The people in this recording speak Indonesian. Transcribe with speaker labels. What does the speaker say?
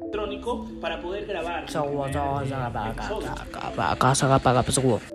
Speaker 1: electrónico para poder grabar.
Speaker 2: So,
Speaker 1: el primer,
Speaker 2: so, so,
Speaker 1: eh,
Speaker 2: so,
Speaker 1: episodio.
Speaker 2: so, so, so, so, so, so, so, so.